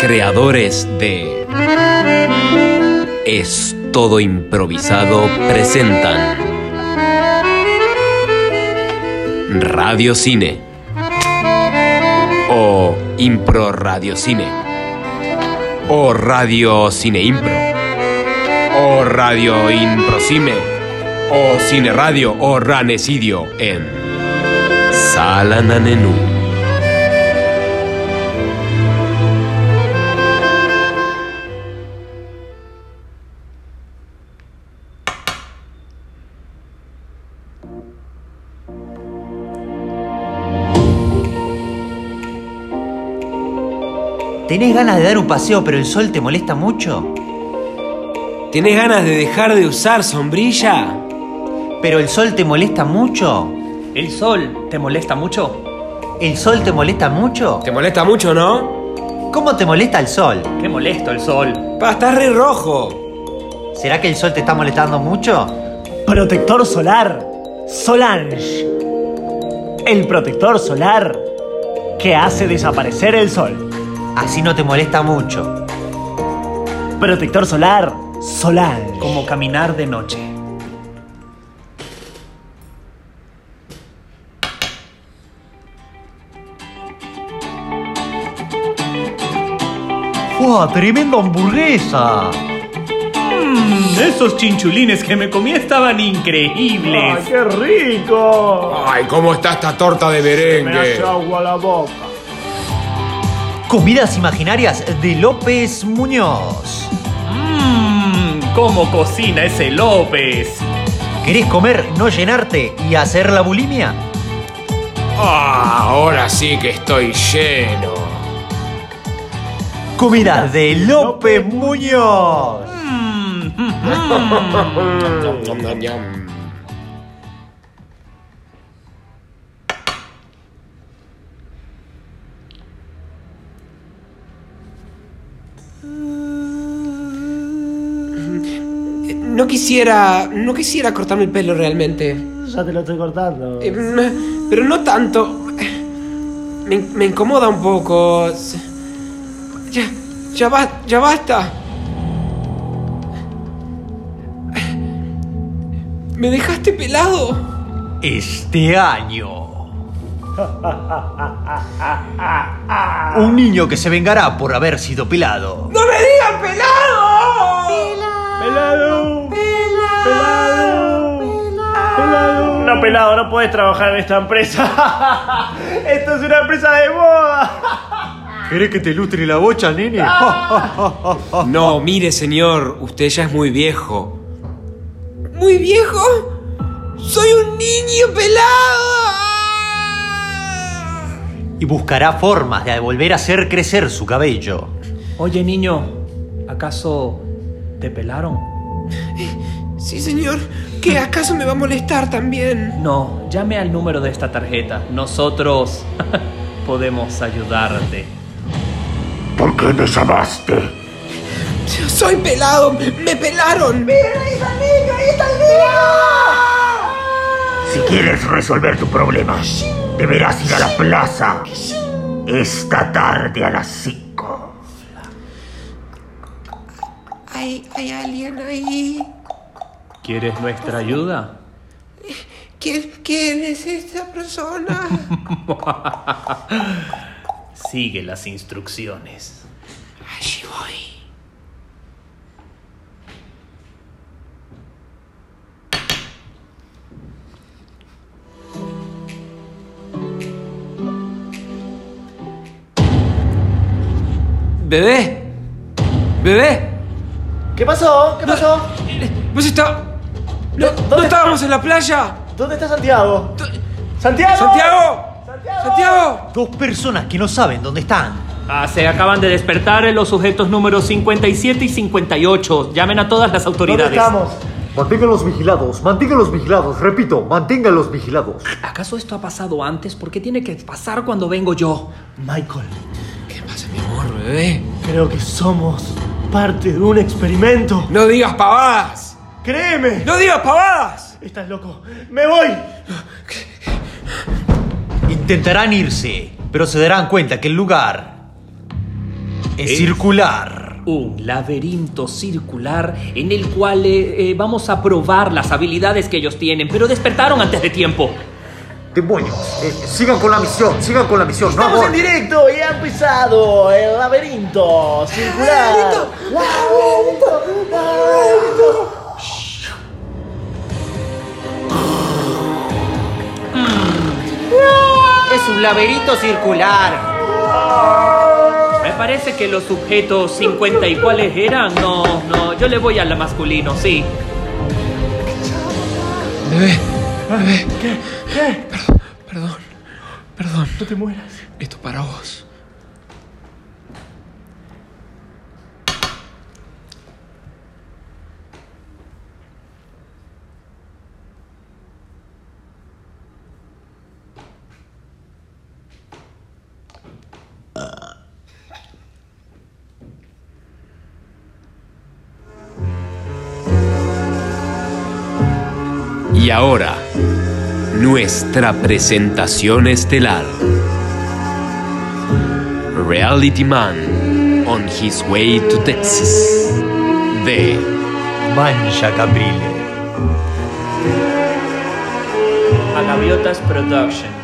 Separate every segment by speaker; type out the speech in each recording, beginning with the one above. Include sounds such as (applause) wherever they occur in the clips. Speaker 1: creadores de Es Todo Improvisado presentan Radio Cine o Impro Radio Cine o Radio Cine Impro o Radio Improcine o Cine Radio o Ranesidio en Sala Nanenú.
Speaker 2: ¿Tenés ganas de dar un paseo pero el sol te molesta mucho?
Speaker 3: ¿Tenés ganas de dejar de usar sombrilla?
Speaker 2: ¿Pero el sol te molesta mucho?
Speaker 4: ¿El sol te molesta mucho?
Speaker 2: ¿El sol te molesta mucho?
Speaker 3: ¿Te molesta mucho, no?
Speaker 2: ¿Cómo te molesta el sol?
Speaker 4: ¡Qué molesto el sol!
Speaker 3: Pa, estás re rojo.
Speaker 2: ¿Será que el sol te está molestando mucho?
Speaker 5: Protector solar Solange. El protector solar que hace desaparecer el sol.
Speaker 2: Así no te molesta mucho.
Speaker 5: Protector solar Solange.
Speaker 4: Como caminar de noche.
Speaker 2: ¡Wow! ¡Oh, ¡Tremenda hamburguesa!
Speaker 4: Esos chinchulines que me comí estaban increíbles.
Speaker 5: qué rico!
Speaker 1: Ay, ¿cómo está esta torta de merengue?
Speaker 5: agua la boca.
Speaker 2: Comidas imaginarias de López Muñoz.
Speaker 4: Mmm, cómo cocina ese López.
Speaker 2: ¿Querés comer, no llenarte y hacer la bulimia?
Speaker 1: Ah, ahora sí que estoy lleno.
Speaker 2: Comidas de López Muñoz.
Speaker 1: Nom, nom, nom.
Speaker 3: No quisiera. No quisiera cortarme el pelo realmente.
Speaker 5: Ya te lo estoy cortando.
Speaker 3: Eh, mm, Pero no tanto. Me, me incomoda un poco. Ya, ya, ba- ya basta. Me dejaste pelado.
Speaker 2: este año. Un niño que se vengará por haber sido pelado.
Speaker 3: ¡No me digas pelado!
Speaker 5: ¡Pelado! ¡Pelado! ¡Pelado! No, pelado, no puedes trabajar en esta empresa. ¡Esto es una empresa de moda!
Speaker 2: ¿Querés que te ilustre la bocha, nene?
Speaker 6: Oh.
Speaker 3: No, mire, señor, usted ya es muy viejo. ¿Muy viejo? ¡Soy un niño pelado!
Speaker 2: y buscará formas de volver a hacer crecer su cabello.
Speaker 4: Oye, niño, ¿acaso te pelaron?
Speaker 3: Sí, señor. ¿Qué? ¿Acaso me va a molestar también?
Speaker 4: No, llame al número de esta tarjeta. Nosotros (laughs) podemos ayudarte.
Speaker 7: ¿Por qué me llamaste?
Speaker 3: ¡Soy pelado! ¡Me pelaron!
Speaker 7: Si quieres resolver tu problema, deberás ir a la plaza esta tarde a las 5.
Speaker 3: Hay, hay alguien ahí.
Speaker 4: ¿Quieres nuestra ayuda?
Speaker 3: ¿Quién, quién es esta persona?
Speaker 4: (laughs) Sigue las instrucciones.
Speaker 3: Allí voy. Bebé, bebé,
Speaker 5: ¿Qué pasó? ¿Qué pasó?
Speaker 3: vos está. No,
Speaker 5: ¿Dó-
Speaker 3: no
Speaker 5: dónde-
Speaker 3: estábamos en la playa.
Speaker 5: ¿Dónde está Santiago? ¡Santiago!
Speaker 3: Santiago, Santiago.
Speaker 2: Dos personas que no saben dónde están.
Speaker 4: Ah, se acaban de despertar en los sujetos números 57 y 58. Llamen a todas las
Speaker 5: ¿Dónde
Speaker 4: autoridades.
Speaker 5: estamos?
Speaker 8: Manténganlos vigilados, manténganlos vigilados, repito, manténganlos vigilados.
Speaker 4: ¿Acaso esto ha pasado antes? ¿Por qué tiene que pasar cuando vengo yo?
Speaker 5: Michael,
Speaker 3: ¿Qué pasa, mi amor, bebé?
Speaker 5: creo que somos parte de un experimento.
Speaker 3: No digas pavadas.
Speaker 5: ¡Créeme!
Speaker 3: No digas pavadas.
Speaker 5: Estás loco. ¡Me voy!
Speaker 2: Intentarán irse, pero se darán cuenta que el lugar Es circular.
Speaker 4: Un laberinto circular en el cual eh, eh, vamos a probar las habilidades que ellos tienen, pero despertaron antes de tiempo.
Speaker 8: Demonios. Eh, sigan con la misión, sigan con la misión. No,
Speaker 5: Estamos en
Speaker 8: aborten.
Speaker 5: directo y ha empezado el laberinto circular. Laberinto, laberinto.
Speaker 6: Es un laberinto circular.
Speaker 4: Me parece que los sujetos 50 y cuáles eran. No, no, yo le voy a la masculino, sí.
Speaker 3: Perdón, perdón. No te mueras. Esto para vos.
Speaker 9: Y ahora, nuestra presentación estelar. Reality Man on his way to Texas. De
Speaker 2: Mancha Caprile.
Speaker 4: A Gaviotas Production.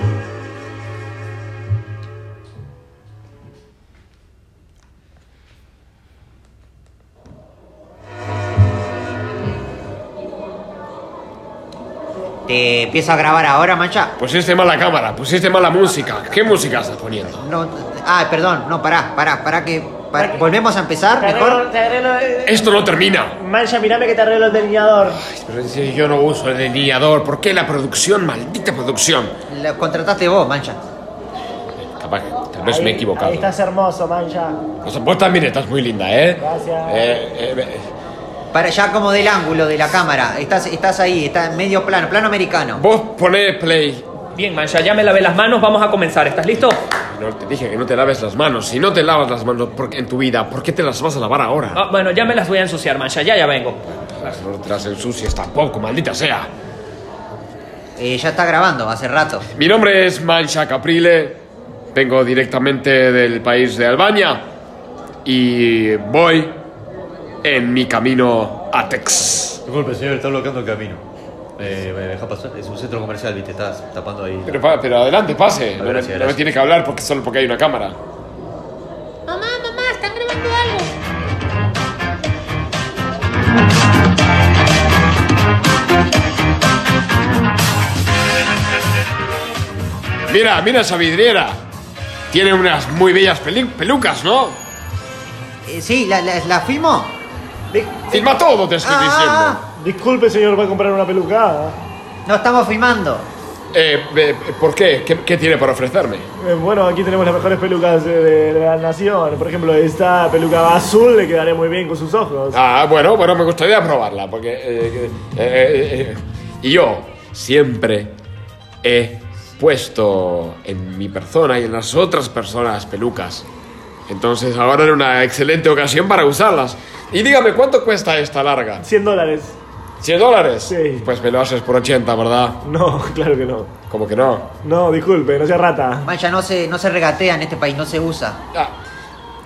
Speaker 6: ¿Te empiezo a grabar ahora, mancha?
Speaker 9: Pusiste mala cámara, pusiste mala música. ¿Qué música estás poniendo?
Speaker 6: No. Ah, perdón. No, pará, pará, pará que... pará. Volvemos a empezar,
Speaker 5: Te arreglo,
Speaker 6: mejor.
Speaker 5: te arreglo. eh,
Speaker 9: Esto no termina.
Speaker 5: Mancha, mirame que te arreglo el delineador.
Speaker 9: Pero si yo no uso el delineador, ¿por qué la producción? Maldita producción.
Speaker 6: Lo contrataste vos, mancha.
Speaker 9: Capaz, tal vez me he
Speaker 5: Ahí-
Speaker 9: equivocado.
Speaker 5: Ahí estás hermoso, Mancha.
Speaker 9: O sea, vos también estás muy linda, ¿eh?
Speaker 5: Gracias.
Speaker 9: Eh, eh,
Speaker 6: Para allá como del ángulo de la cámara. Estás, estás ahí, está en medio plano, plano americano.
Speaker 9: vos ponés play.
Speaker 4: Bien, Mancha, ya me lavé las manos, vamos a comenzar. ¿Estás listo?
Speaker 9: No, te dije que no te laves las manos. Si no te lavas las manos por- en tu vida, ¿por qué te las vas a lavar ahora?
Speaker 4: Ah, bueno, ya me las voy a ensuciar, Mancha, ya, ya vengo.
Speaker 9: Las, no te las ensucias tampoco, maldita sea.
Speaker 6: Eh, ya está grabando, hace rato.
Speaker 9: Mi nombre es Mancha Caprile. Vengo directamente del país de Albania. Y voy en mi camino a Tex.
Speaker 2: Disculpe, señor, está bloqueando el camino. Eh, me deja pasar. Es un centro comercial, viste, estás tapando ahí.
Speaker 9: Pero, pa- pero adelante, pase. No, me-
Speaker 2: Gracias,
Speaker 9: no me
Speaker 2: gracias.
Speaker 9: tiene que hablar porque solo porque hay una cámara.
Speaker 10: Mamá, mamá, están grabando algo.
Speaker 9: Mira, mira esa vidriera. Tiene unas muy bellas peli- pelucas, ¿no?
Speaker 6: Eh, sí, ¿la, la, la filmo?
Speaker 9: Filma todo, te estoy diciendo.
Speaker 6: Ah,
Speaker 5: Disculpe, señor, va a comprar una peluca.
Speaker 6: no estamos filmando.
Speaker 9: Eh, eh, ¿Por qué? qué? qué tiene para ofrecerme?
Speaker 5: Eh, bueno, aquí tenemos las mejores pelucas eh, de la nación. Por ejemplo, esta peluca azul le quedaría muy bien con sus ojos.
Speaker 9: Ah, bueno, bueno, me gustaría probarla, porque... eh, eh, eh, eh, y yo siempre he puesto en mi persona y en las otras personas pelucas. Entonces ahora era una excelente ocasión para usarlas. Y dígame, ¿cuánto cuesta esta larga?
Speaker 5: 100 dólares.
Speaker 9: ¿100 dólares?
Speaker 5: Sí.
Speaker 9: Pues me lo haces por 80, ¿verdad?
Speaker 5: No, (laughs) claro que no.
Speaker 9: Como que no.
Speaker 5: No, disculpe, no sea rata.
Speaker 6: Mancha, no se, no se regatea en este país, no se usa.
Speaker 9: Ah,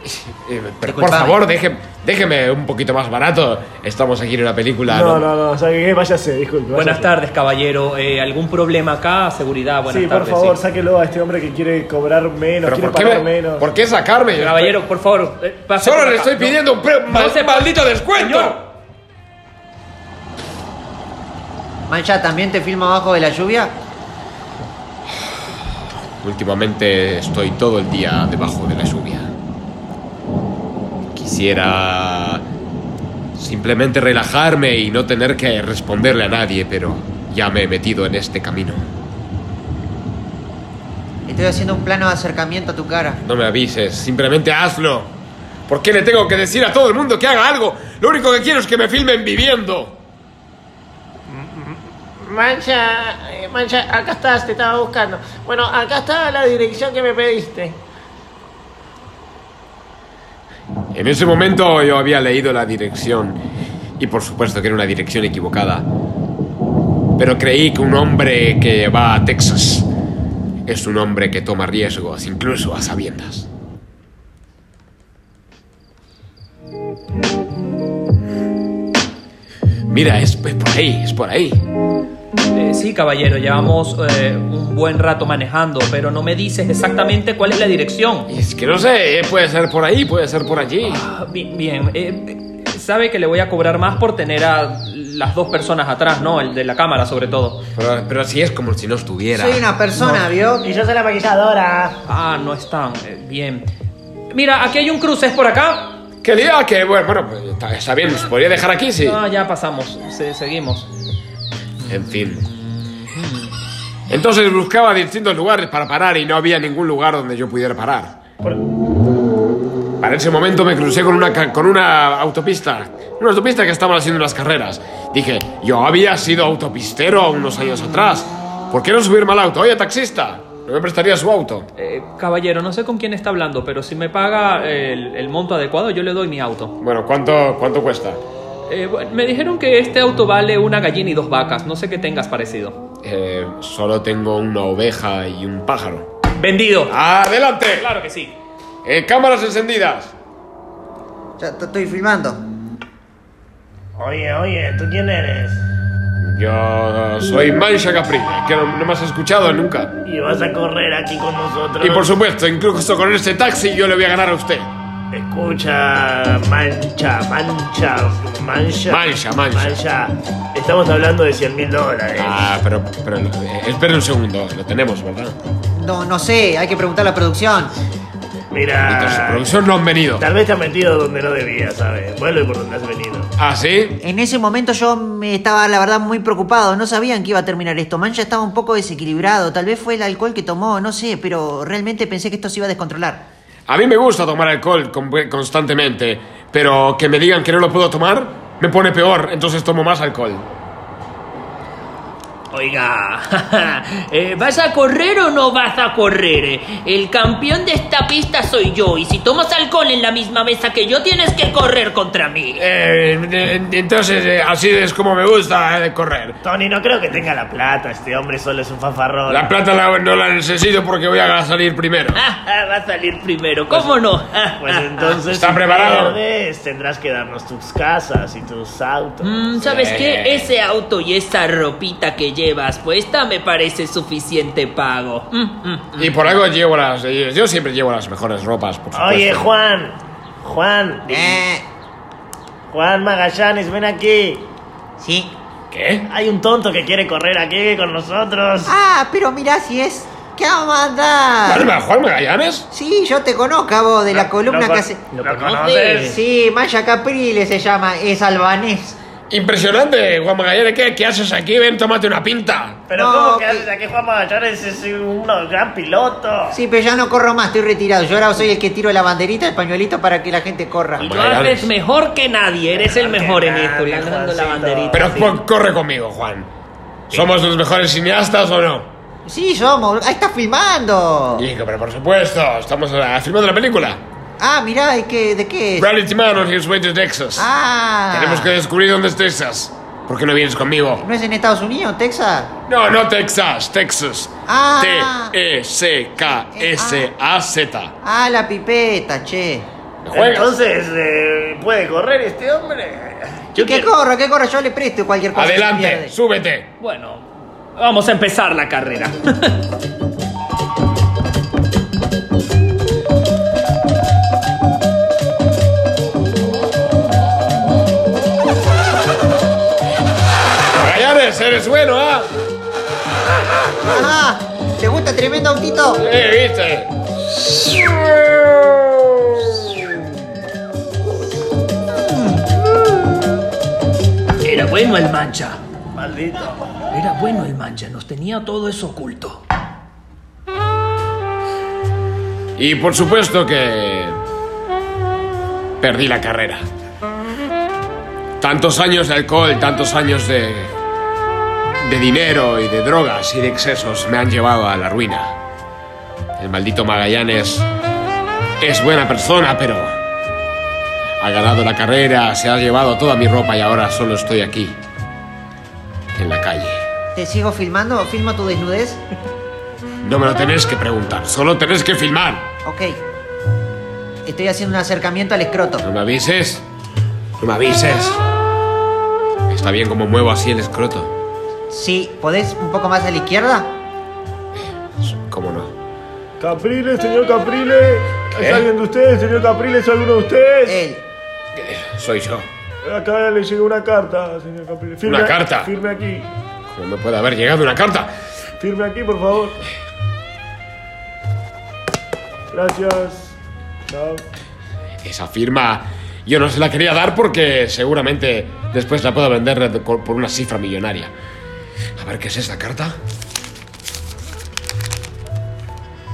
Speaker 9: eh, pero por
Speaker 6: Disculpame.
Speaker 9: favor, deje- déjeme un poquito más barato. Estamos aquí en una película.
Speaker 5: No, no, no, ¿sabe qué? eh, Váyase, disculpe.
Speaker 4: Buenas
Speaker 5: váyase.
Speaker 4: tardes, caballero. Eh, ¿Algún problema acá? Seguridad, buenas
Speaker 5: Sí, por
Speaker 4: tardes.
Speaker 5: favor,
Speaker 4: sí.
Speaker 5: sáquelo a este hombre que quiere cobrar menos,
Speaker 9: Pero
Speaker 5: quiere
Speaker 9: ¿por qué,
Speaker 5: pagar
Speaker 9: me-
Speaker 5: menos.
Speaker 9: ¿por qué sacarme?
Speaker 4: Caballero, por favor, eh, pase
Speaker 9: Solo
Speaker 4: por
Speaker 9: le
Speaker 4: acá.
Speaker 9: estoy
Speaker 4: No.
Speaker 9: pidiendo un pre- mal-
Speaker 4: se-
Speaker 9: maldito descuento.
Speaker 4: Señor.
Speaker 6: Mancha, ¿también te filmo abajo de la lluvia?
Speaker 9: Últimamente estoy todo el día debajo de la lluvia. Quisiera simplemente relajarme y no tener que responderle a nadie, pero ya me he metido en este camino.
Speaker 6: Estoy haciendo un plano de acercamiento a tu cara.
Speaker 9: No me avises, simplemente hazlo. ¿Por qué le tengo que decir a todo el mundo que haga algo? Lo único que quiero es que me filmen viviendo.
Speaker 11: Mancha, eh, mancha, acá estás, te estaba buscando. Bueno, acá está la dirección que me pediste.
Speaker 9: En ese momento yo había leído la dirección y por supuesto que era una dirección equivocada. Pero creí que un hombre que va a Texas es un hombre que toma riesgos, incluso a sabiendas. Mira, es, es por ahí, es por ahí.
Speaker 4: Eh, sí, caballero, llevamos eh, un buen rato manejando, pero no me dices exactamente cuál es la dirección.
Speaker 9: Es que no sé, eh, puede ser por ahí, puede ser por allí.
Speaker 4: bien, bien, eh, eh, sabe que le voy a cobrar más por tener a las dos personas atrás, ¿no? El de la cámara, sobre todo.
Speaker 9: Pero, pero así es como si no estuviera.
Speaker 6: Soy una persona, ¿vio?
Speaker 11: Y yo soy la maquilladora.
Speaker 4: Ah, no están. eh, bien. Mira, aquí hay un cruce, ¿es por acá?
Speaker 9: Quería que, bueno, bueno pues, está, está bien, nos podría dejar aquí, sí.
Speaker 4: Ah, ya pasamos. Se- seguimos.
Speaker 9: En fin. Entonces buscaba distintos lugares para parar y no había ningún lugar donde yo pudiera parar. Para ese momento me crucé con una, ca- con una autopista. Una autopista que estaban haciendo unas carreras. Dije, yo había sido autopistero unos años atrás. ¿Por qué no subirme al auto? Oye, taxista, no me prestaría su auto.
Speaker 4: Eh, caballero, no sé con quién está hablando, pero si me paga el, el monto adecuado, yo le doy mi auto.
Speaker 9: Bueno, ¿cuánto, cuánto cuesta?
Speaker 4: Eh, bueno, me dijeron que este auto vale una gallina y dos vacas. No sé qué tengas parecido.
Speaker 9: Eh, solo tengo una oveja y un pájaro.
Speaker 4: ¡Vendido!
Speaker 9: ¡Adelante!
Speaker 4: Claro que sí.
Speaker 9: Eh, cámaras encendidas.
Speaker 6: Ya te estoy filmando.
Speaker 5: Oye, oye, ¿tú quién eres?
Speaker 9: Yo soy Mancha Caprina, que no, no me has escuchado nunca.
Speaker 5: Y vas a correr aquí con nosotros.
Speaker 9: Y por supuesto, incluso con este taxi yo le voy a ganar a usted.
Speaker 5: Escucha, mancha, mancha, mancha.
Speaker 9: Mancha, mancha.
Speaker 5: Estamos hablando de 100 mil dólares.
Speaker 9: Ah, pero, pero eh, espera un segundo, lo tenemos, ¿verdad?
Speaker 6: No, no sé, hay que preguntar a la producción.
Speaker 9: Los de
Speaker 5: Mira,
Speaker 9: producción no han venido.
Speaker 5: tal vez te has metido donde no debías, ¿sabes? Vuelve por donde has venido.
Speaker 9: ¿Ah, sí?
Speaker 6: En ese momento yo me estaba, la verdad, muy preocupado. No sabían que iba a terminar esto. Man ya estaba un poco desequilibrado. Tal vez fue el alcohol que tomó, no sé, pero realmente pensé que esto se iba a descontrolar.
Speaker 9: A mí me gusta tomar alcohol con- constantemente, pero que me digan que no lo puedo tomar me pone peor, entonces tomo más alcohol.
Speaker 4: Oiga, (laughs) eh, ¿vas a correr o no vas a correr? El campeón de esta pista soy yo, y si tomas alcohol en la misma mesa que yo, tienes que correr contra mí.
Speaker 9: Eh, eh, entonces, eh, así es como me gusta eh, correr.
Speaker 5: Tony, no creo que tenga la plata. Este hombre solo es un fanfarrón.
Speaker 9: La plata la- no la necesito porque voy a salir primero.
Speaker 4: Va a salir primero, ¿cómo no? (laughs)
Speaker 5: Pues
Speaker 6: Ah,
Speaker 5: entonces.
Speaker 9: ¿Está
Speaker 5: si
Speaker 9: preparado?
Speaker 5: pierdes, tendrás que darnos tus casas y tus autos.
Speaker 4: Mm, ¿Sabes qué? Ese auto y esa ropita que llevas puesta me parece suficiente pago. Mm, mm.
Speaker 9: Y por algo llevo las. eh, Yo siempre llevo las mejores ropas, por supuesto.
Speaker 5: Oye, Juan. Juan.
Speaker 6: Eh,
Speaker 5: Juan Magallanes, ven aquí.
Speaker 6: sí.
Speaker 9: ¿Qué?
Speaker 5: Hay un tonto que quiere correr aquí con nosotros.
Speaker 6: Ah, pero mirá si es. ¿Qué vamos a andar?
Speaker 9: ¿Juan, Juan Magallanes?
Speaker 6: Sí, yo te conozco, vos, de la columna
Speaker 5: ¿Lo
Speaker 6: que
Speaker 5: con-
Speaker 6: hace.
Speaker 5: ¿Lo conoces?
Speaker 6: Sí, Maya Caprile se llama, es albanés.
Speaker 9: Impresionante, Juan Magallanes. ¿Qué, qué haces aquí? Ven, tómate una pinta.
Speaker 5: Pero
Speaker 6: No,
Speaker 5: ¿cómo que
Speaker 6: que-
Speaker 5: haces aquí, Juan Magallanes? Es un gran piloto.
Speaker 6: Sí, pero ya no corro más, estoy retirado. Yo ahora soy el que tiro la banderita, el pañuelito para que la gente corra.
Speaker 4: Y tú
Speaker 9: Magallanes.
Speaker 4: haces mejor que nadie, eres el
Speaker 5: Mejor que
Speaker 4: mejor en
Speaker 5: nadie,
Speaker 4: esto, le andas dando la
Speaker 5: Juancito.
Speaker 4: banderita.
Speaker 9: Pero
Speaker 4: sí.
Speaker 9: co- corre conmigo, Juan. ¿Somos los mejores cineastas o no?
Speaker 6: Sí, somos. Ahí está filmando.
Speaker 9: Y, pero por supuesto, estamos ah, filmando la película.
Speaker 6: Ah, mirá, ¿y qué- ¿de qué es?
Speaker 9: Reality Man on his way to Texas.
Speaker 6: Ah.
Speaker 9: Tenemos que descubrir dónde es Texas. ¿Por qué no vienes conmigo?
Speaker 6: ¿No es en Estados Unidos, Texas?
Speaker 9: No, no Texas, Texas. E
Speaker 6: Ah.
Speaker 9: T-E-C-K-S-A-Z.
Speaker 6: Ah, la pipeta, che.
Speaker 9: ¿Juegas?
Speaker 5: Entonces, eh, ¿puede correr este hombre?
Speaker 6: ¿Y que corra, que corra, yo le presto cualquier cosa. que
Speaker 9: Adelante,
Speaker 6: pierde.
Speaker 9: súbete.
Speaker 4: Bueno, vamos a empezar la carrera.
Speaker 9: Magallanes, eres bueno, ¿ah?
Speaker 6: Ah, ¿te gusta tremendo autito?
Speaker 9: Eh, viste.
Speaker 4: Era bueno el mancha.
Speaker 5: Maldito.
Speaker 4: Era bueno el mancha, nos tenía todo eso oculto.
Speaker 9: Y por supuesto que perdí la carrera. Tantos años de alcohol, tantos años de de dinero y de drogas y de excesos me han llevado a la ruina. El maldito Magallanes es buena persona, pero ha ganado la carrera, se ha llevado toda mi ropa y ahora solo estoy aquí en la calle.
Speaker 6: ¿Te sigo filmando? ¿Filmo tu desnudez?
Speaker 9: No me lo tenés que preguntar, solo tenés que filmar.
Speaker 6: Ok. Estoy haciendo un acercamiento al escroto.
Speaker 9: No me avises. No me avises. Está está bien como muevo así el escroto.
Speaker 6: Sí, ¿podés un poco más a la izquierda?
Speaker 9: ¿Cómo no?
Speaker 5: Capriles, señor Capriles.
Speaker 9: ¿Qué?
Speaker 6: ¿Eh?
Speaker 5: ¿Es alguien de ustedes, señor Capriles? ¿Es alguno de ustedes?
Speaker 9: Soy yo.
Speaker 5: Eh, Acá le llegó una carta, señor Capriles.
Speaker 9: ¿Una carta?
Speaker 5: Firme aquí.
Speaker 9: ¿Cómo me puede haber llegado una carta?
Speaker 5: Firme aquí, por favor. Gracias. Chao.
Speaker 9: Esa firma yo no se la quería dar porque seguramente después la puedo vender de- por una cifra millonaria. A ver, ¿qué es esta carta?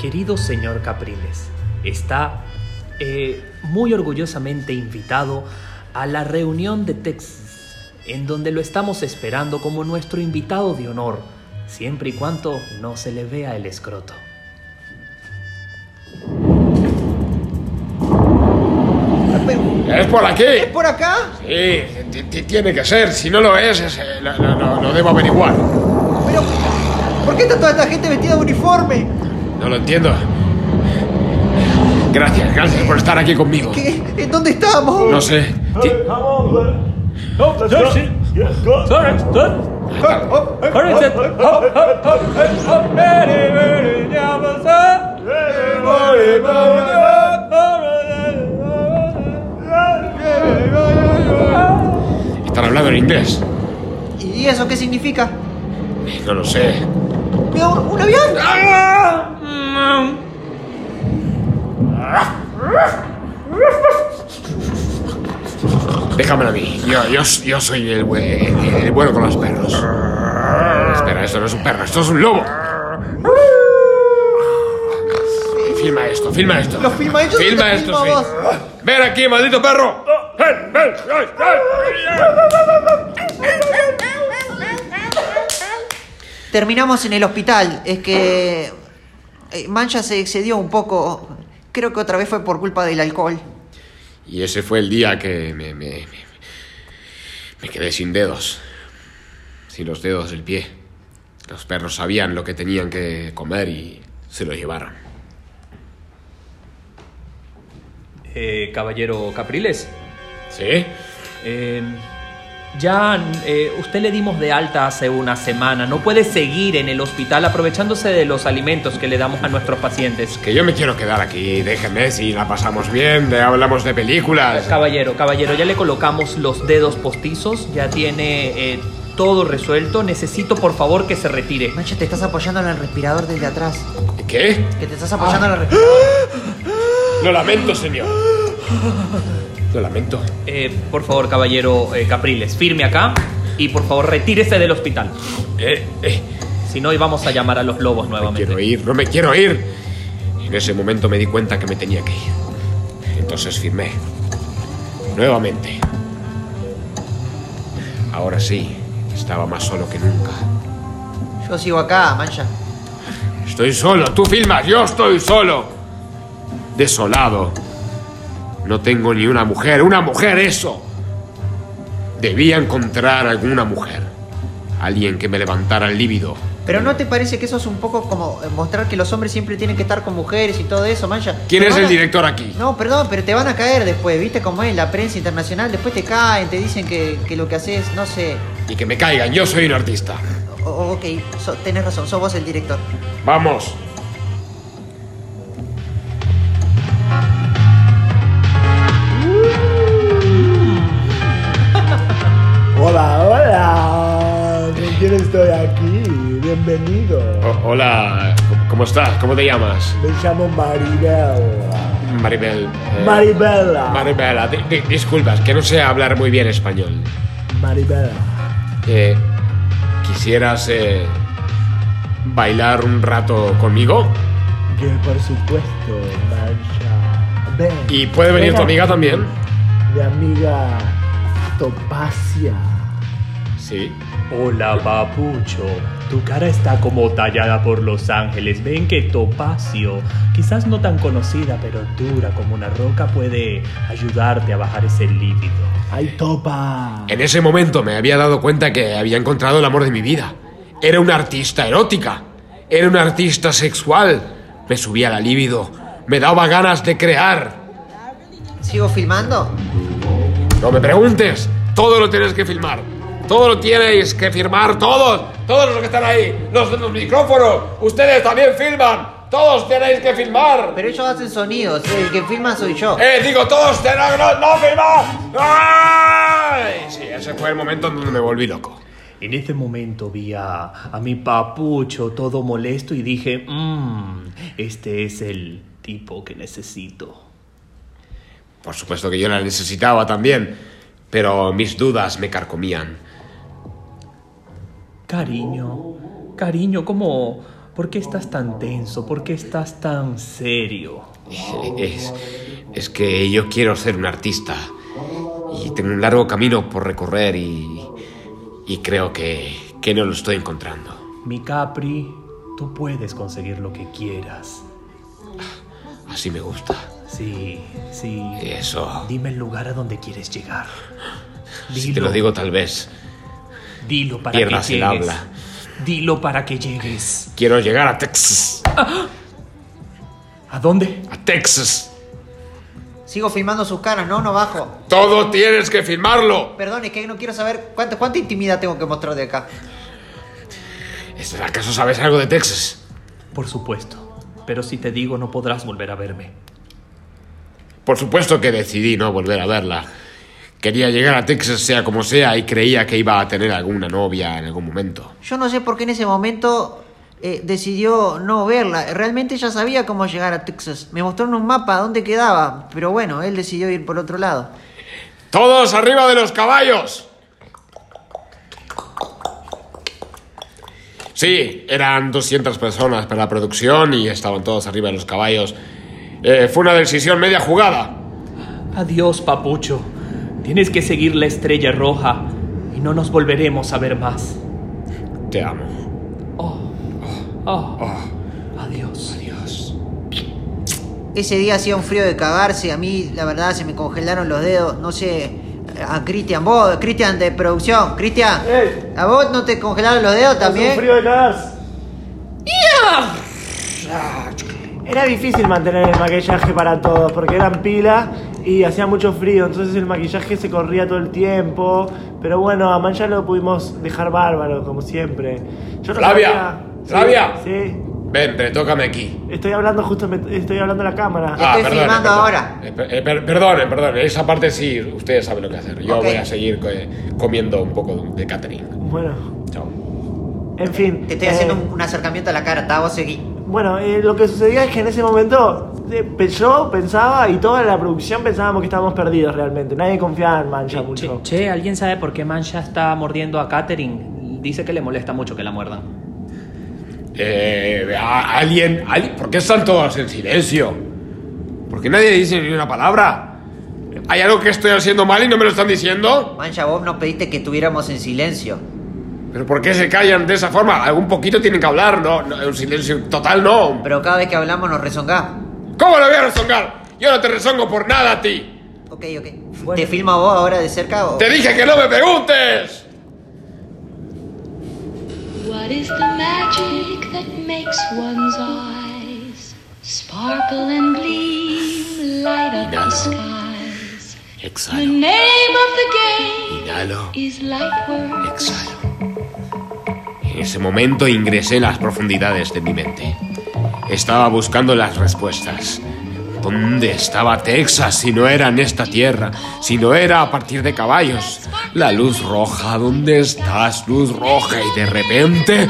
Speaker 4: Querido señor Capriles, está eh, muy orgullosamente invitado a la reunión de Texas, en donde lo estamos esperando como nuestro invitado de honor, siempre y cuando no se le vea el escroto.
Speaker 9: ¡Es por aquí!
Speaker 6: ¿Es por acá?
Speaker 9: Sí, ti- ti- tiene que ser. Si no lo es, es, eh, lo, lo- lo- lo debo averiguar.
Speaker 6: ¿Por qué está toda esta gente vestida de uniforme?
Speaker 9: No lo entiendo. Gracias, gracias por estar aquí conmigo.
Speaker 6: ¿Qué? ¿En dónde estamos?
Speaker 9: No sé. Están hablando en inglés.
Speaker 6: ¿Y eso qué significa?
Speaker 9: No lo sé.
Speaker 6: ¡Veo un, un avión!
Speaker 9: Déjamelo a mí. Yo, yo, yo soy el, bue- el- el bueno con los perros. Espera, esto no es un perro, esto es un lobo. Filma esto, filma esto.
Speaker 6: ¿Lo filma ellos o
Speaker 9: Filma
Speaker 6: te
Speaker 9: esto,
Speaker 6: filma
Speaker 9: sí.
Speaker 6: vos?
Speaker 9: Ven aquí, maldito perro. Ven, ven, ven,
Speaker 6: Terminamos en el hospital. Es que. eh, Mancha se excedió un poco. Creo que otra vez fue por culpa del alcohol.
Speaker 9: ven. Y ese fue el día que me, me, me, me quedé sin dedos. Sin los dedos del pie. Los perros sabían lo que tenían que comer y se lo llevaron.
Speaker 4: Eh, caballero Capriles.
Speaker 9: ¿Sí?
Speaker 4: Em, ya eh, usted le dimos de alta hace una semana. No puede seguir en el hospital aprovechándose de los alimentos que le damos a nuestros pacientes.
Speaker 9: Que yo me quiero quedar aquí, déjenme si la pasamos bien, de- hablamos de películas.
Speaker 4: Caballero, caballero, ya le colocamos los dedos postizos, ya tiene eh, todo resuelto. Necesito por favor que se retire.
Speaker 6: Mancha, te estás apoyando en el respirador desde atrás.
Speaker 9: ¿Qué?
Speaker 6: Que te estás apoyando en el
Speaker 9: Lo lamento, señor. Lo lamento.
Speaker 4: Eh, por favor, caballero eh, Capriles, firme acá y por favor retírese del hospital.
Speaker 9: Eh,
Speaker 4: Si no, íbamos a llamar a los lobos nuevamente.
Speaker 9: Quiero ir, no me quiero ir. En ese momento me di cuenta que me tenía que ir. Entonces firmé. Nuevamente. Ahora sí, estaba más solo que nunca. Ah.
Speaker 6: Yo sigo acá, Mancha.
Speaker 9: Estoy solo, tú filmas, yo estoy solo. Desolado. No tengo ni una mujer, una mujer eso. Debía encontrar alguna mujer. Alguien que me levantara el líbido.
Speaker 6: Pero ¿no te parece que eso es un poco como eh, mostrar que los hombres siempre tienen que estar con mujeres y todo eso, Mancha?
Speaker 9: ¿Quién
Speaker 6: Te
Speaker 9: es
Speaker 6: van
Speaker 9: el
Speaker 6: a-
Speaker 9: director aquí?
Speaker 6: No, perdón, pero te van a caer después, ¿viste cómo es la prensa internacional? Después te caen, te dicen que, que lo que haces, no sé.
Speaker 9: Y que me caigan, yo soy un artista.
Speaker 6: O- o- ok, so- tenés razón, sos vos el director.
Speaker 9: Vamos.
Speaker 5: Hola, hola. ¿Con quién estoy aquí? Bienvenido.
Speaker 9: O- Oh, hola, ¿cómo estás? ¿Cómo te llamas?
Speaker 5: Me llamo Maribel.
Speaker 9: Maribel. eh,
Speaker 5: Maribela.
Speaker 9: Maribela, di- di- disculpas, que no sé hablar muy bien español.
Speaker 5: Maribel.
Speaker 9: Eh, ¿Quisieras eh, bailar un rato conmigo?
Speaker 5: Que por supuesto, Mancha. Ven.
Speaker 9: ¿Y puede venir
Speaker 5: Ven
Speaker 9: tu
Speaker 5: aquí,
Speaker 9: amiga también?
Speaker 5: Mi amiga Topacia.
Speaker 9: Sí.
Speaker 12: Hola, papucho. Tu cara está como tallada por Los Ángeles. Ven que Topacio, quizás no tan conocida, pero dura como una roca, puede ayudarte a bajar ese líbido.
Speaker 5: ¡Ay, Topa!
Speaker 9: En ese momento me había dado cuenta que había encontrado el amor de mi vida. Era una artista erótica. Era una artista sexual. Me subía la libido. Me daba ganas de crear.
Speaker 6: ¿Sigo filmando?
Speaker 9: No me preguntes. Todo lo tienes que filmar. Todo lo tienes que firmar, todos, todos los que están ahí, los de los micrófonos, ustedes también filman, todos tenéis que filmar.
Speaker 6: Pero ellos hacen sonidos, el que firma soy yo.
Speaker 9: Eh, digo, todos tenéis, no, no filmar. ¡Ay! Sí, ese fue el momento en donde me volví loco.
Speaker 4: En ese momento vi a, a mi papucho todo molesto y dije, mmm, este es el tipo que necesito.
Speaker 9: Por supuesto que yo la necesitaba también, pero mis dudas me carcomían.
Speaker 4: Cariño, cariño, ¿cómo? ¿Por qué estás tan tenso? ¿Por qué estás tan serio?
Speaker 9: Es, es que yo quiero ser un artista y tengo un largo camino por recorrer y, y creo que, que no lo estoy encontrando.
Speaker 4: Mi Capri, tú puedes conseguir lo que quieras.
Speaker 9: Así me gusta.
Speaker 4: Sí, sí.
Speaker 9: Eso.
Speaker 4: Dime el lugar a donde quieres llegar.
Speaker 9: Si te lo digo tal vez,
Speaker 4: Dilo para
Speaker 9: pierdas
Speaker 4: que
Speaker 9: el
Speaker 4: llegues.
Speaker 9: habla.
Speaker 4: Dilo para que llegues.
Speaker 9: Quiero llegar a Texas.
Speaker 4: ¿A dónde?
Speaker 9: A Texas.
Speaker 6: Sigo filmando sus caras, no, no bajo.
Speaker 9: Todo tienes que filmarlo.
Speaker 6: Perdón, es que no quiero saber cuánta, cuánta intimidad tengo que mostrar de acá.
Speaker 9: ¿Es- ¿Acaso sabes algo de Texas?
Speaker 4: Por supuesto. Pero si te digo, no podrás volver a verme.
Speaker 9: Por supuesto que decidí no volver a verla. Quería llegar a Texas sea como sea y creía que iba a tener alguna novia en algún momento.
Speaker 6: Yo no sé por qué en ese momento eh, decidió no verla. Realmente ya sabía cómo llegar a Texas. Me mostró en un mapa dónde quedaba, pero bueno, él decidió ir por otro lado.
Speaker 9: Todos arriba de los caballos. Sí, eran 200 personas para la producción y estaban todos arriba de los caballos. Eh, fue una decisión media jugada.
Speaker 4: Adiós, papucho. Tienes que seguir la estrella roja y no nos volveremos a ver más.
Speaker 9: Te amo.
Speaker 4: Oh. Adiós.
Speaker 9: Adiós.
Speaker 6: Ese día hacía un frío de cagarse. A mí, la verdad, se me congelaron los dedos. No sé, a Cristian, vos, Cristian de producción, Cristian, ¿a vos no te congelaron los dedos también?
Speaker 5: un frío de cagarse. Era difícil mantener el maquillaje para todos porque eran pilas y hacía mucho frío, entonces el maquillaje se corría todo el tiempo. Pero bueno, a Mancha lo pudimos dejar bárbaro, como siempre. Yo no
Speaker 9: Flavia,
Speaker 5: sabía-
Speaker 9: Flavia.
Speaker 5: Sí, sí.
Speaker 9: Ven, retócame aquí.
Speaker 5: estoy hablando justo, me- estoy hablando a la cámara.
Speaker 9: Ah.
Speaker 6: ahora.
Speaker 9: Eh, perdonen, perdón. Esa parte sí, ustedes saben lo que hacer. Yo
Speaker 5: Ok.
Speaker 9: voy a seguir eh, comiendo un poco de catering.
Speaker 5: Bueno.
Speaker 9: Chao.
Speaker 5: En fin. eh,
Speaker 6: Te estoy haciendo un, un acercamiento a la cara, Tavo, seguí.
Speaker 5: Bueno, eh, lo que sucedía es que en ese momento eh, pe- yo pensaba y toda la producción pensábamos que estábamos perdidos realmente. Nadie confiaba en Mancha mucho.
Speaker 13: Che, ¿alguien sabe por qué Mancha está mordiendo a Katherine? Dice que le molesta mucho que la muerdan.
Speaker 9: Eh, a- alguien, alguien- ¿por qué están todos en silencio? ¿Por qué nadie dice ni una palabra? ¿Hay algo que estoy haciendo mal y no me lo están diciendo?
Speaker 6: Mancha, vos no pediste que estuviéramos en silencio.
Speaker 9: ¿Pero por qué se callan de esa forma? Algún poquito tienen que hablar, ¿no? no, un silencio total no.
Speaker 6: Pero cada vez que hablamos nos rezongás.
Speaker 9: ¿Cómo lo voy a rezongar? Yo no te rezongo por nada a ti.
Speaker 6: Ok, ok. ¿Te filma vos ahora de cerca o...?
Speaker 9: ¡Te dije que no me preguntes!
Speaker 3: What is the magic that makes one's eyes sparkle and gleam, light up the skies? The
Speaker 9: Exhalo,
Speaker 3: name of the game
Speaker 9: inhalo,
Speaker 3: is light work.
Speaker 9: exhalo. En ese momento ingresé en las profundidades de mi mente. Estaba buscando las respuestas. ¿Dónde estaba Texas si no era en esta tierra? Si no era a partir de caballos. La luz roja, ¿dónde estás, luz roja? Y de repente...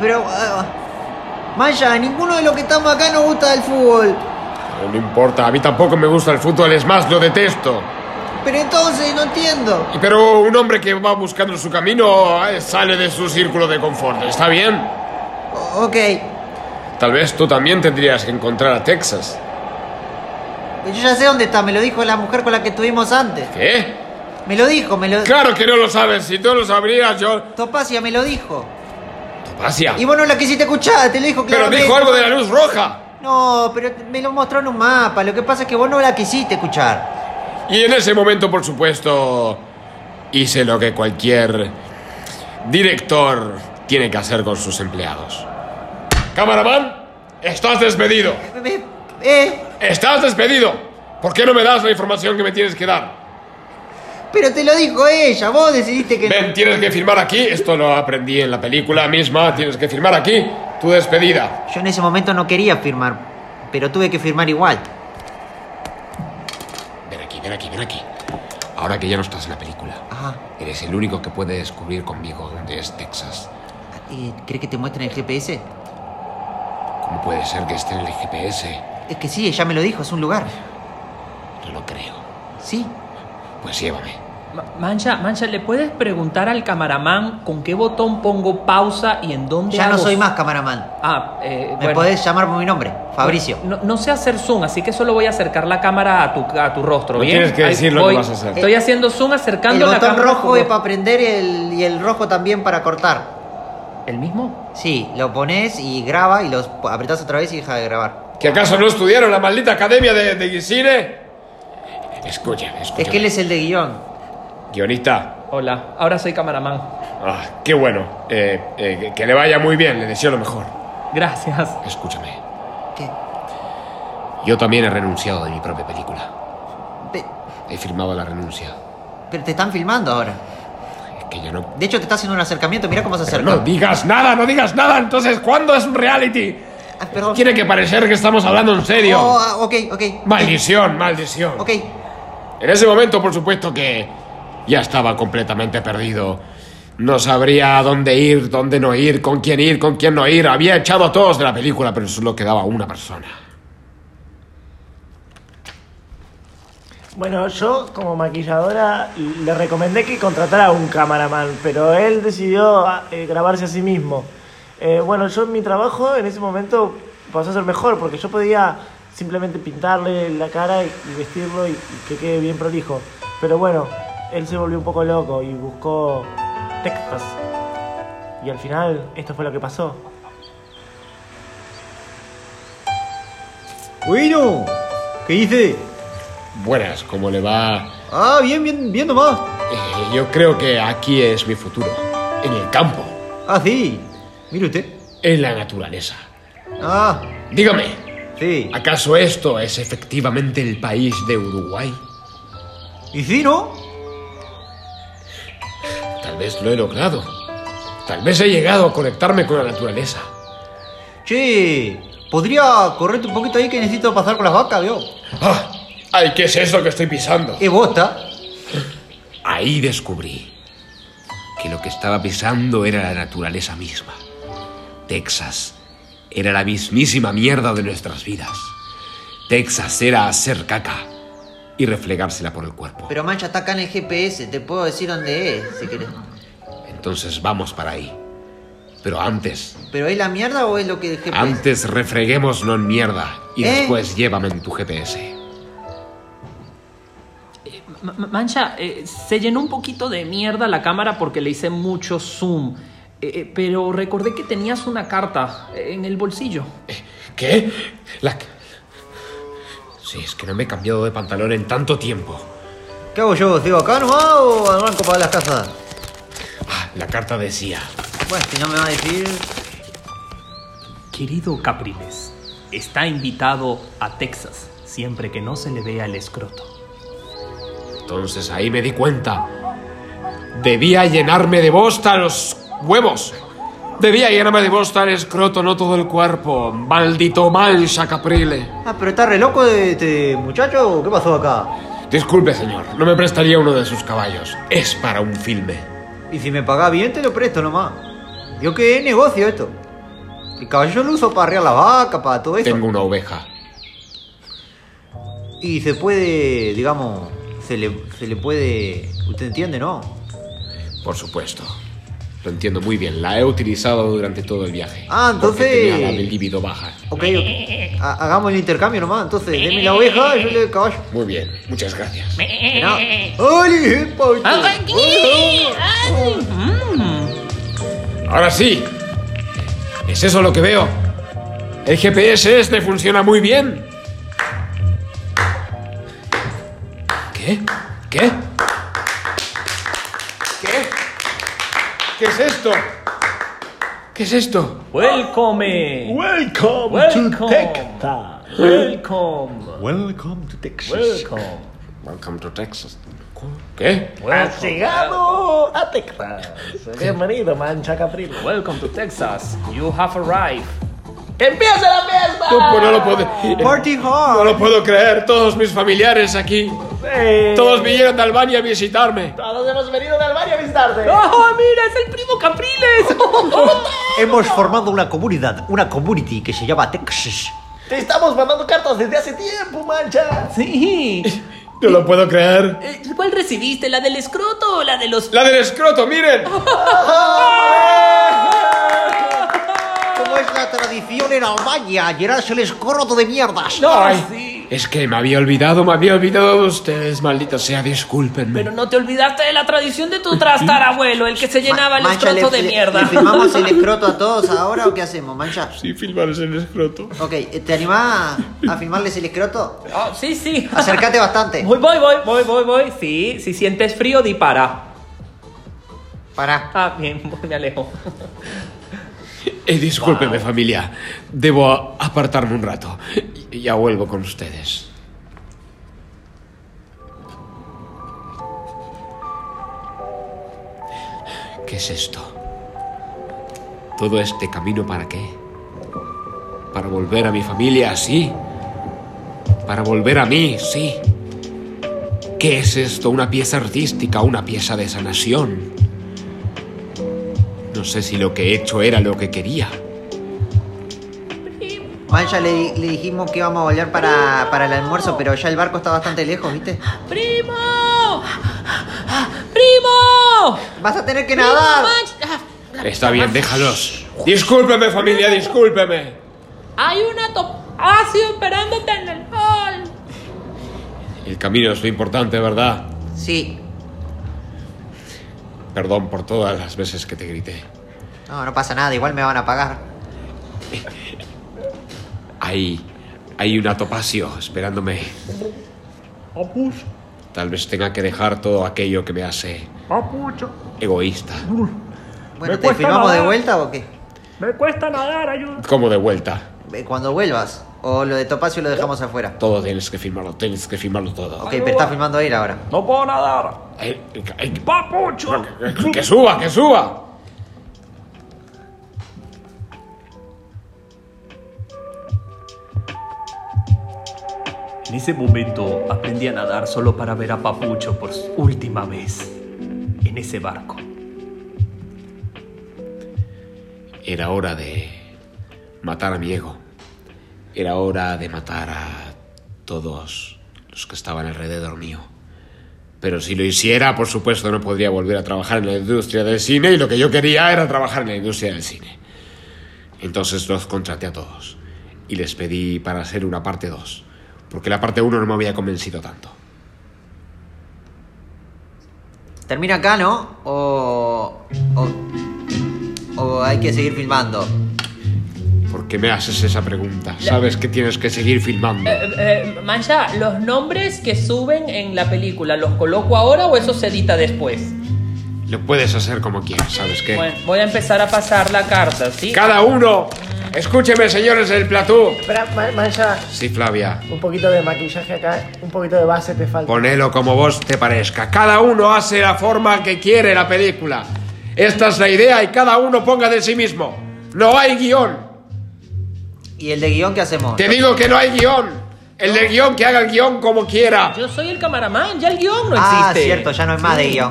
Speaker 6: Pero, ah, Mancha, ninguno de los que estamos acá nos gusta del fútbol.
Speaker 9: No importa, a mí tampoco me gusta el fútbol, es más, lo detesto.
Speaker 6: Pero entonces, no entiendo.
Speaker 9: Y Pero un hombre que va buscando su camino eh, sale de su círculo de confort, ¿está bien?
Speaker 6: Ok,
Speaker 9: Tal vez tú también tendrías que encontrar a Texas.
Speaker 6: yo ya sé dónde está, me lo dijo la mujer con la que estuvimos antes.
Speaker 9: ¿Qué?
Speaker 6: Me lo dijo, me lo...
Speaker 9: Claro que no lo sabes, si tú lo sabrías yo...
Speaker 6: Topacia me lo dijo.
Speaker 9: Topacia.
Speaker 6: Y vos no la quisiste escuchar, te lo dijo
Speaker 9: Pero
Speaker 6: claro.
Speaker 9: dijo algo de la luz roja.
Speaker 6: No, pero me lo mostró en un mapa. Lo que pasa es que vos no la quisiste escuchar.
Speaker 9: Y en ese momento, por supuesto, hice lo que cualquier director tiene que hacer con sus empleados. Camaraman, estás despedido.
Speaker 6: eh,
Speaker 9: Estás despedido. ¿Por qué no me das la información que me tienes que dar?
Speaker 6: Pero te lo dijo ella, vos decidiste que...
Speaker 9: Ven, tienes que firmar aquí. Esto lo aprendí en la película misma. Tienes que firmar aquí tu despedida.
Speaker 6: Yo en ese momento no quería firmar, pero tuve que firmar igual.
Speaker 9: Ven aquí, ven aquí, ven aquí. Ahora que ya no estás en la película, eres el único que puede descubrir conmigo dónde es Texas.
Speaker 6: Eh, ¿Crees que te muestren el GPS?
Speaker 9: ¿Cómo puede ser que esté en el GPS?
Speaker 6: Es que sí, ella me lo dijo, es un lugar.
Speaker 9: No lo creo.
Speaker 6: Sí.
Speaker 9: Pues llévame.
Speaker 4: Ma- Mancha, Mancha, ¿le puedes preguntar al camaraman con qué botón pongo pausa y en dónde
Speaker 6: Ya no
Speaker 4: hago
Speaker 6: soy más camaraman.
Speaker 4: Ah, eh,
Speaker 6: Me
Speaker 4: bueno.
Speaker 6: podés llamar por mi nombre, Fabricio.
Speaker 4: No, no sé hacer zoom, así que solo voy a acercar la cámara a tu, a tu rostro,
Speaker 9: No
Speaker 4: ¿bien?
Speaker 9: tienes que
Speaker 4: Ahí
Speaker 9: decir lo que
Speaker 4: voy.
Speaker 9: vas a hacer.
Speaker 4: Estoy haciendo zoom
Speaker 6: El
Speaker 4: acercando la
Speaker 6: botón
Speaker 4: cámara. a tu
Speaker 6: rojo es
Speaker 4: rostro.
Speaker 6: para prender y el, y el rojo también para cortar.
Speaker 4: ¿El mismo?
Speaker 6: Sí, lo pones y graba y los po- apretás otra vez y deja de grabar.
Speaker 9: ¿Que acaso no estudiaron la maldita academia de, de Guisine? Escucha, escucha.
Speaker 6: Es que él es el de guión.
Speaker 9: Guionista.
Speaker 4: Hola, ahora soy camaraman.
Speaker 9: Ah, qué bueno. Eh, eh, que- que le vaya muy bien, le deseo lo mejor.
Speaker 4: Gracias.
Speaker 9: Escúchame.
Speaker 6: ¿Qué?
Speaker 9: Yo también he renunciado de mi propia película.
Speaker 6: Pe-
Speaker 9: He firmado la renuncia.
Speaker 6: Pero te están filmando ahora.
Speaker 9: Es que ya no.
Speaker 6: De hecho, te está haciendo un acercamiento, mirá cómo se
Speaker 9: Pero
Speaker 6: acerca.
Speaker 9: no digas nada, no digas nada. Entonces, ¿cuándo es un reality?
Speaker 6: Ah, perdón.
Speaker 9: Tiene que parecer que estamos hablando en serio.
Speaker 6: Oh, ah, ok, ok. Eh,
Speaker 9: Maldición, maldición.
Speaker 6: Ok.
Speaker 9: En ese momento, por supuesto que ya estaba completamente perdido. No sabría a dónde ir, dónde no ir, con quién ir, con quién no ir. Había echado a todos de la película, pero solo quedaba una persona.
Speaker 5: Bueno, yo como maquilladora le recomendé que contratara a un cameraman, pero él decidió ah, eh, grabarse a sí mismo. Eh, bueno, yo en mi trabajo en ese momento pasó a ser mejor, porque yo podía simplemente pintarle la cara y, y vestirlo y, y que quede bien prolijo. Pero bueno, él se volvió un poco loco y buscó textos. Y al final, esto fue lo que pasó.
Speaker 2: Bueno, ¿qué hice?
Speaker 9: Buenas, ¿cómo le va?
Speaker 2: Ah, bien, bien, bien nomás.
Speaker 9: Eh, yo creo que aquí es mi futuro. En el campo.
Speaker 2: Ah, sí. Mire usted.
Speaker 9: En la naturaleza.
Speaker 2: Ah,
Speaker 9: Dígame.
Speaker 2: Sí.
Speaker 9: ¿Acaso esto es efectivamente el país de Uruguay?
Speaker 2: ¿y sí, no?
Speaker 9: Tal vez lo he logrado. Tal vez he llegado a conectarme con la naturaleza.
Speaker 2: Che, ¿podría correrte un poquito ahí que necesito pasar con las vacas, veo?
Speaker 9: ¡Ah! ¡Ay, qué es eso que estoy pisando!
Speaker 2: ¡Qué bosta!
Speaker 9: Ahí descubrí que lo que estaba pisando era la naturaleza misma. Texas era la mismísima mierda de nuestras vidas. Texas era hacer caca y reflegársela por el cuerpo.
Speaker 6: Pero Mancha está acá en el GPS, te puedo decir dónde es, si querés.
Speaker 9: Entonces vamos para ahí. Pero antes,
Speaker 6: ¿Pero es la mierda o es lo que el GPS?
Speaker 9: antes refreguémoslo en mierda y
Speaker 6: ¿Eh?
Speaker 9: después llévame en tu GPS.
Speaker 4: Ma- ma- Mancha, eh, se llenó un poquito de mierda la cámara porque le hice mucho zoom. Eh, eh, pero recordé que tenías una carta eh, en el bolsillo.
Speaker 9: ¿Qué? La... Sí, es que no me he cambiado de pantalón en tanto tiempo.
Speaker 2: ¿Qué hago yo? ¿Sigo acá nomás o arranco para las casas?
Speaker 9: Ah, La carta decía...
Speaker 2: Bueno, si no me va a decir...
Speaker 4: Querido Capriles, está invitado a Texas siempre que no se le vea el escroto.
Speaker 9: Entonces ahí me di cuenta. Debía llenarme de bosta los huevos. Debía llenarme de bosta el escroto, no todo el cuerpo. Maldito mancha caprile.
Speaker 2: Ah, pero está re loco este muchacho. ¿Qué pasó acá?
Speaker 9: Disculpe, señor, no me prestaría uno de sus caballos. Es para un filme.
Speaker 2: Y si me pagás bien, te lo presto nomás. Digo que es negocio esto. El caballo lo uso para arrear las vacas, para todo eso.
Speaker 9: Tengo una oveja.
Speaker 2: Y se puede, digamos, se le, se le puede... ¿Usted entiende, no?
Speaker 9: Por supuesto. Lo entiendo muy bien. La he utilizado durante todo el viaje.
Speaker 2: Ah, entonces-
Speaker 9: Porque tenía la del líbido baja.
Speaker 2: Ok, ok. Ha- hagamos el intercambio nomás. Entonces, deme la oveja, yo le doy el caballo.
Speaker 9: Muy bien, muchas gracias.
Speaker 4: Eh,
Speaker 2: No. ¡Oli, epa, usted!
Speaker 9: Mm. Ahora sí. ¿Es eso lo que veo? El GPS este funciona muy bien. ¿Qué? ¿Qué? ¿Qué? ¿Qué es esto? ¿Qué es esto?
Speaker 4: Welcome.
Speaker 2: Welcome,
Speaker 4: Welcome.
Speaker 2: Texas.
Speaker 4: Welcome.
Speaker 2: Welcome to Texas.
Speaker 4: Welcome.
Speaker 9: Welcome to Texas. ¿Qué?
Speaker 11: ¡Has llegado a Texas! Bienvenido, Mancha Capril.
Speaker 14: Welcome to Texas. You have arrived.
Speaker 11: ¡Empieza la fiesta!
Speaker 9: No, pues no lo puedo. No lo puedo creer. Todos mis familiares aquí. Todos vinieron de Albania a visitarme.
Speaker 11: Todos hemos venido de Albania a visitarte.
Speaker 14: ¡Oh, mira! ¡Es el primo Capriles!
Speaker 4: (laughs)
Speaker 2: Hemos formado una comunidad, una community que se llama Texas.
Speaker 11: Te estamos mandando cartas desde hace tiempo, Mancha.
Speaker 14: Sí.
Speaker 9: No lo puedo creer.
Speaker 4: Eh, ¿Cuál recibiste? ¿La del escroto o la de los.?
Speaker 9: La del escroto, miren.
Speaker 8: ¿Cómo es la tradición en Albania? Llenarse el escroto de mierdas.
Speaker 9: Ay, Es que me había olvidado, me había olvidado de ustedes, maldita sea, discúlpenme.
Speaker 4: Pero no te olvidaste de la tradición de tu trastarabuelo, el que se llenaba el
Speaker 6: Mancha,
Speaker 4: escroto
Speaker 6: le-
Speaker 4: de
Speaker 6: le-
Speaker 4: mierda.
Speaker 6: ¿Le
Speaker 4: (laughs)
Speaker 6: filmamos el escroto a todos ahora o qué hacemos, mancha?
Speaker 9: Sí, filmarles el escroto.
Speaker 6: Ok, eh, ¿te animás a- a filmarles el escroto?
Speaker 14: Oh, sí, sí.
Speaker 4: (laughs)
Speaker 6: Acércate bastante.
Speaker 14: Voy, voy, voy, voy, voy, voy. Sí, si sientes frío, di para.
Speaker 6: Para.
Speaker 14: Ah,
Speaker 4: (laughs)
Speaker 14: bien, me alejo.
Speaker 9: Eh, discúlpenme, familia. Debo a- apartarme un rato. Y- Ya vuelvo con ustedes. ¿Qué es esto? ¿Todo este camino para qué? ¿Para volver a mi familia, sí? ¿Para volver a mí, sí? ¿Qué es esto? ¿Una pieza artística? ¿Una pieza de sanación? No sé si lo que he hecho era lo que quería.
Speaker 6: Mancha, le, le dijimos que íbamos a volar para, para el almuerzo, pero ya el barco está bastante lejos, ¿viste?
Speaker 4: ¡Primo! ¡Primo!
Speaker 6: Vas a tener que
Speaker 4: ¡Primo
Speaker 6: nadar.
Speaker 4: Mancha!
Speaker 9: Está bien, déjalos. Discúlpeme, familia, discúlpeme.
Speaker 4: Hay una topacio esperándote en el hall.
Speaker 9: El camino es lo importante, ¿verdad?
Speaker 6: Sí.
Speaker 9: Perdón por todas las veces que te grité.
Speaker 6: No, no pasa nada, igual me van a pagar.
Speaker 9: Hay. hay un atopacio esperándome.
Speaker 15: Papucho,
Speaker 9: Tal vez tenga que dejar todo aquello que me hace
Speaker 15: papucho.
Speaker 9: egoísta.
Speaker 6: Bueno,
Speaker 15: Me
Speaker 6: ¿te
Speaker 15: cuesta
Speaker 6: filmamos de
Speaker 15: nadar.
Speaker 6: vuelta o qué?
Speaker 15: Me cuesta nadar, ayuda.
Speaker 9: Como de vuelta.
Speaker 6: Eh, Cuando vuelvas. O lo de Topacio lo dejamos afuera.
Speaker 9: Todo tienes que firmarlo, tienes que firmarlo todo.
Speaker 6: Ok, pero está filmando él ahora.
Speaker 15: No puedo nadar.
Speaker 9: Eh, eh, eh,
Speaker 15: Papucho.
Speaker 9: que- que suba, que suba.
Speaker 14: En ese momento aprendí a nadar solo para ver a Papucho por última vez en ese barco.
Speaker 9: Era hora de matar a mi ego. Era hora de matar a todos los que estaban alrededor mío. Pero si lo hiciera, por supuesto, no podría volver a trabajar en la industria del cine y lo que yo quería era trabajar en la industria del cine. Entonces los contraté a todos y les pedí para hacer una parte 2, porque la parte 1 no me había convencido tanto.
Speaker 6: Termina acá, ¿no? O. O, o hay que seguir filmando.
Speaker 9: ¿Por qué me haces esa pregunta? Sabes que tienes que seguir filmando.
Speaker 4: Eh, eh, Mancha, los nombres que suben en la película, ¿los coloco ahora o eso se edita después?
Speaker 9: Lo puedes hacer como quieras, ¿sabes qué?
Speaker 4: Bueno, voy a empezar a pasar la carta, ¿sí?
Speaker 9: Cada uno. Escúcheme, señores del platú.
Speaker 5: Espera, Ma- Mancha,
Speaker 9: Sí, Flavia.
Speaker 5: un poquito de maquillaje acá, un poquito de base te falta.
Speaker 9: Ponelo como vos te parezca. Cada uno hace la forma que quiere la película. Esta es la idea y cada uno ponga de sí mismo. No hay guión.
Speaker 6: ¿Y el de guión qué hacemos?
Speaker 9: Te digo que no hay guión. El del guión que haga el guión como quiera.
Speaker 4: Yo soy el camaraman, ya el guión no
Speaker 6: ah,
Speaker 4: existe.
Speaker 6: cierto, ya no hay más de guión.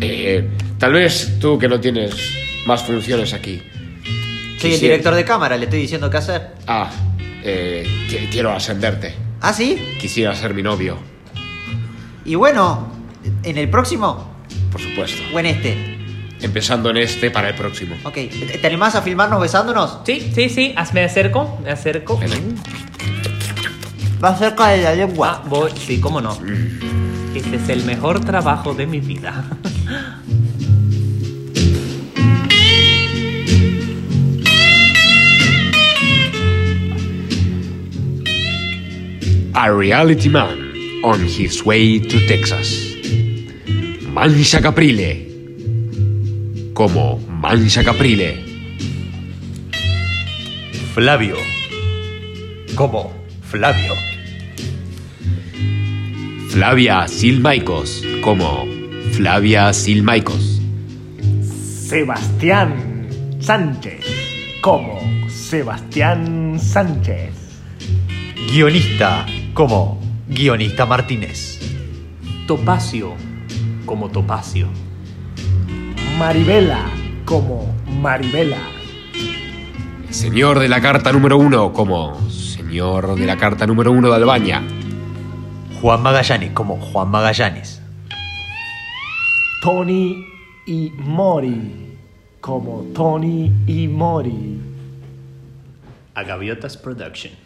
Speaker 9: Eh, tal vez tú que no tienes más funciones aquí.
Speaker 6: Soy el
Speaker 9: Sí.
Speaker 6: director de cámara, le estoy diciendo qué hacer.
Speaker 9: Ah, eh, qui- quiero ascenderte.
Speaker 6: ¿Ah, sí?
Speaker 9: Quisiera ser mi novio,
Speaker 6: Y bueno, ¿en el próximo
Speaker 9: por supuesto.
Speaker 6: o en este?
Speaker 9: Empezando en este para el próximo.
Speaker 6: Ok, ¿te te animás a filmarnos besándonos?
Speaker 14: Sí, sí, sí, haz- me acerco, me acerco.
Speaker 6: Va cerca de la lengua.
Speaker 14: Ah, voy, sí, cómo no. Este es el mejor trabajo de mi vida. (laughs)
Speaker 9: A reality man on his way to Texas. Mancha Caprile. Como Mancha Caprile.
Speaker 2: Flavio. ¿Cómo? Flavio.
Speaker 1: Flavia Silmaicos, como Flavia Silmaicos.
Speaker 5: Sebastián Sánchez. Como Sebastián Sánchez.
Speaker 2: Guionista como guionista Martínez.
Speaker 14: Topacio como Topacio.
Speaker 5: Maribela. Como Maribela.
Speaker 1: Señor de la carta número uno, como señor de la carta número uno de Albania.
Speaker 2: Juan Magallanes como Juan Magallanes.
Speaker 5: Tony y Mori. Como Tony y Mori.
Speaker 14: A Gaviotas Production.